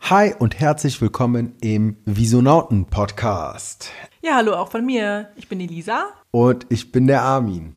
Hi und herzlich willkommen im Visonauten Podcast. Ja, hallo auch von mir. Ich bin die Lisa. Und ich bin der Armin.